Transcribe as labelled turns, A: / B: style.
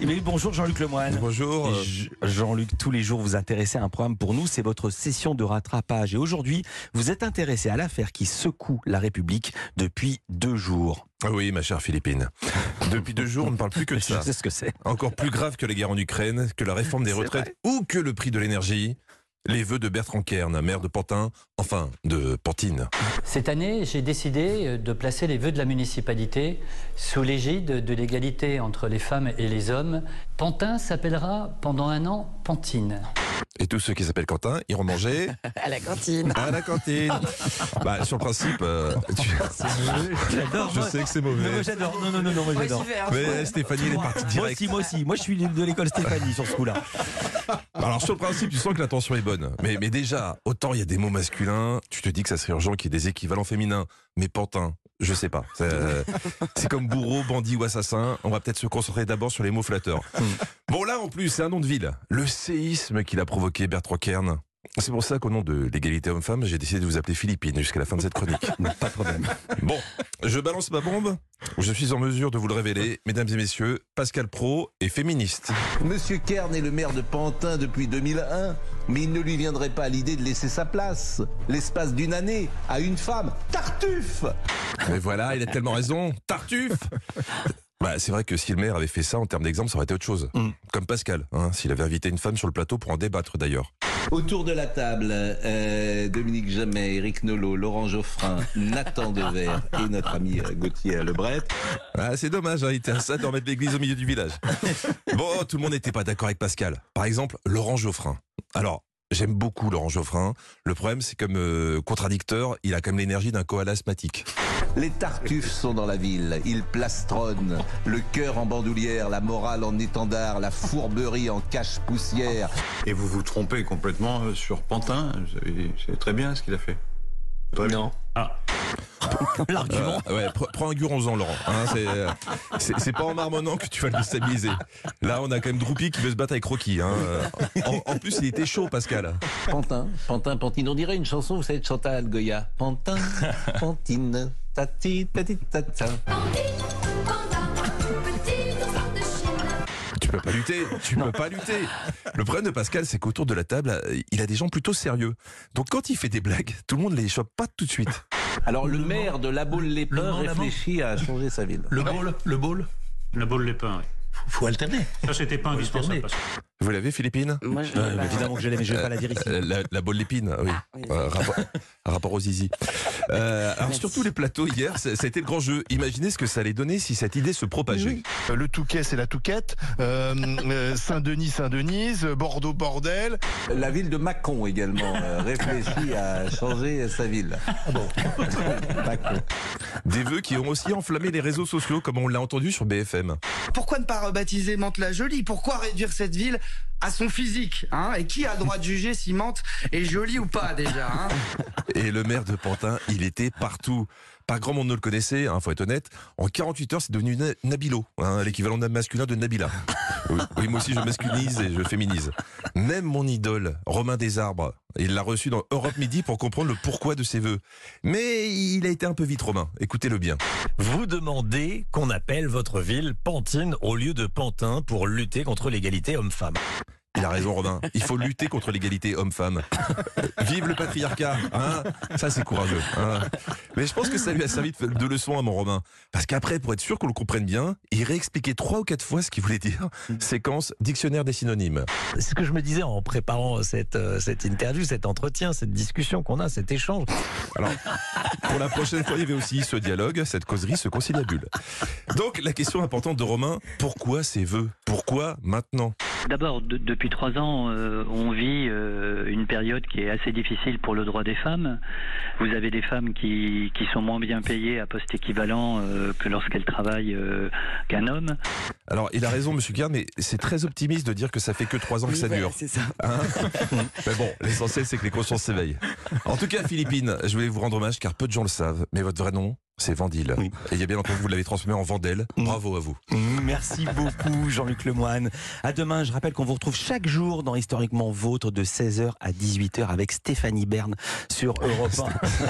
A: Eh bien, bonjour Jean-Luc Lemoine.
B: Bonjour. euh,
A: Je- Jean-Luc, tous les jours, vous intéressez à un programme pour nous, c'est votre session de rattrapage. Et aujourd'hui, vous êtes intéressé à l'affaire qui secoue la République depuis deux jours.
B: ah Oui, ma chère Philippine. Depuis deux jours, on ne parle plus que de
A: Je
B: ça.
A: sais ce que c'est.
B: Encore plus grave que la guerre en Ukraine, que la réforme des
A: C'est
B: retraites ou que le prix de l'énergie. Les vœux de Bertrand Kern, maire de Pantin, enfin de Pantine.
C: Cette année, j'ai décidé euh, de placer les vœux de la municipalité sous l'égide de l'égalité entre les femmes et les hommes. Pantin s'appellera pendant un an Pantine.
B: Et tous ceux qui s'appellent Quentin iront manger
D: à la cantine.
B: à la cantine. Bah, sur le principe, euh, tu-
A: J'adore.
B: je sais que c'est
A: Non,
B: mauvais.
A: moi, j'adore. Non, non, non, non, moi, j'adore.
D: hein.
B: Mais euh, Stéphanie, elle est partie
A: Moi
B: direct.
A: aussi, moi aussi. Moi, je suis de l'école Stéphanie sur ce coup-là.
B: Bah, Alors sur le principe, tu sens que l'intention est bonne. Mais, mais déjà, autant il y a des mots masculins, tu te dis que ça serait urgent qu'il y ait des équivalents féminins. Mais Pantin, je sais pas. Ça, euh, C'est comme bourreau, bandit ou assassin. On va peut-être se concentrer d'abord sur les mots flatteurs. Bon là en plus, c'est un nom de ville. Le séisme qu'il a provoqué Bertrand Kern. C'est pour ça qu'au nom de l'égalité homme-femme, j'ai décidé de vous appeler Philippine jusqu'à la fin de cette chronique.
A: Pas de problème.
B: Bon, je balance ma bombe. Je suis en mesure de vous le révéler, mesdames et messieurs, Pascal Pro est féministe.
E: Monsieur Kern est le maire de Pantin depuis 2001, mais il ne lui viendrait pas à l'idée de laisser sa place, l'espace d'une année, à une femme. Tartuffe
B: Mais voilà, il a tellement raison. Tartuffe Bah, c'est vrai que si le maire avait fait ça en termes d'exemple, ça aurait été autre chose. Comme Pascal, hein, s'il avait invité une femme sur le plateau pour en débattre d'ailleurs.
E: Autour de la table, euh, Dominique Jamais, Eric Nolot, Laurent Geoffrin, Nathan Devers et notre ami euh, Gauthier Lebret.
B: Ah, c'est dommage, hein, il était à ça de remettre l'église au milieu du village. Bon, tout le monde n'était pas d'accord avec Pascal. Par exemple, Laurent Geoffrin. Alors, j'aime beaucoup Laurent Geoffrin. Le problème, c'est comme euh, contradicteur, il a quand même l'énergie d'un koala asthmatique.
E: Les tartuffes sont dans la ville, ils plastronnent, le cœur en bandoulière, la morale en étendard, la fourberie en cache-poussière,
F: Et vous vous trompez complètement euh, sur Pantin. C'est- C'est très bien ce qu'il a fait. Très bien.
A: L'argument.
B: Euh, ouais, pre- prends un guronzan, Laurent. hein, c'est, euh, c'est- c'est pas en marmonnant que tu vas le stabiliser. Là, on a quand même Droupi qui veut se battre avec Rocky. hein. Euh, En, en plus, il était chaud, Pascal.
E: Pantin, Pantin, Pantine. On dirait une chanson, vous savez, de Chantal Goya. Pantin, Pantine, tati, tati, tata.
B: Tu peux pas lutter. Tu peux pas lutter. Le problème de Pascal, c'est qu'autour de la table, euh, il a des gens plutôt sérieux. Donc, quand il fait des blagues, tout le monde les chope pas tout de suite.
E: Alors, le, maire de La Baule-les-Pins réfléchit à changer sa ville.
G: Le bol, le bol,
H: Le bol les pains, oui.
G: faut alterner.
H: Ça, c'était pas indispensable. parce que-
B: Vous l'avez, Philippine
D: Moi, je
A: Euh, évidemment que je l'ai, mais je vais pas la dire ici.
B: Euh, la, la bolle d'épine, oui.
I: Ah,
D: oui.
B: Euh, rapport, rapport aux zizi. Euh, alors sur tous les plateaux hier, ça, ça a été le grand jeu. Imaginez ce que ça allait donner si cette idée se propageait.
I: Euh, Le Touquet, c'est la Touquette. Euh, euh, Saint-Denis, Saint-Denise. Euh, Bordeaux, bordel.
E: La ville de Mâcon également euh, réfléchit à changer sa ville. Mâcon.
B: Des vœux qui ont aussi enflammé les réseaux sociaux, comme on l'a entendu sur BFM.
J: Pourquoi ne pas rebaptiser Mantes la Jolie Pourquoi réduire cette ville à son physique hein Et qui a le droit de juger si Mantes est jolie ou pas déjà hein
B: Et le maire de Pantin, il était partout. Pas grand monde ne le connaissait, il faut être honnête. En 48 heures, c'est devenu Na- Nabilo, hein, l'équivalent d'un masculin de Nabila. Oui, oui, moi aussi, je masculinise et je féminise. Même mon idole, Romain Desarbres, il l'a reçu dans Europe Midi pour comprendre le pourquoi de ses vœux. Mais il a été un peu vite, Romain. Écoutez-le bien.
K: Vous demandez qu'on appelle votre ville Pantine au lieu de Pantin pour lutter contre l'égalité homme-femme.
B: Il a raison, Romain. Il faut lutter contre l'égalité homme-femme. Vive le patriarcat. hein. ça, c'est courageux. hein. Mais je pense que ça lui a servi de, de leçon à mon Romain. Parce qu'après, pour être sûr qu'on le comprenne bien, il réexpliquait trois ou quatre fois ce qu'il voulait dire. Séquence, dictionnaire des synonymes.
K: C'est ce que je me disais en préparant cette, euh, cette interview, cet entretien, cette discussion qu'on a, cet échange.
B: Pour la prochaine fois, il y avait aussi ce dialogue, cette causerie, ce conciliabule. Donc, la question importante de Romain, pourquoi ces vœux Pourquoi maintenant
C: D'abord, de- depuis trois ans, euh, on vit euh, une période qui est assez difficile pour le droit des femmes. Vous avez des femmes qui, qui sont moins bien payées à poste équivalent euh, que lorsqu'elles travaillent euh, qu'un homme.
B: Alors, il a raison, monsieur Guerre, mais c'est très optimiste de dire que ça fait que trois ans que ça dure.
D: C'est ça.
B: Hein mais bon, l'essentiel c'est que les consciences s'éveillent. En tout cas, Philippine, je voulais vous rendre hommage car peu de gens le savent, mais votre vrai nom, c'est Vandil.
A: Oui.
B: Et il y a bien entendu, vous l'avez transformé en Vandel. Bravo à vous.
A: Merci beaucoup, Jean-Luc Lemoine. À demain, je rappelle qu'on vous retrouve chaque jour dans Historiquement Vôtre de 16h à 18h avec Stéphanie Bern sur Europe 1.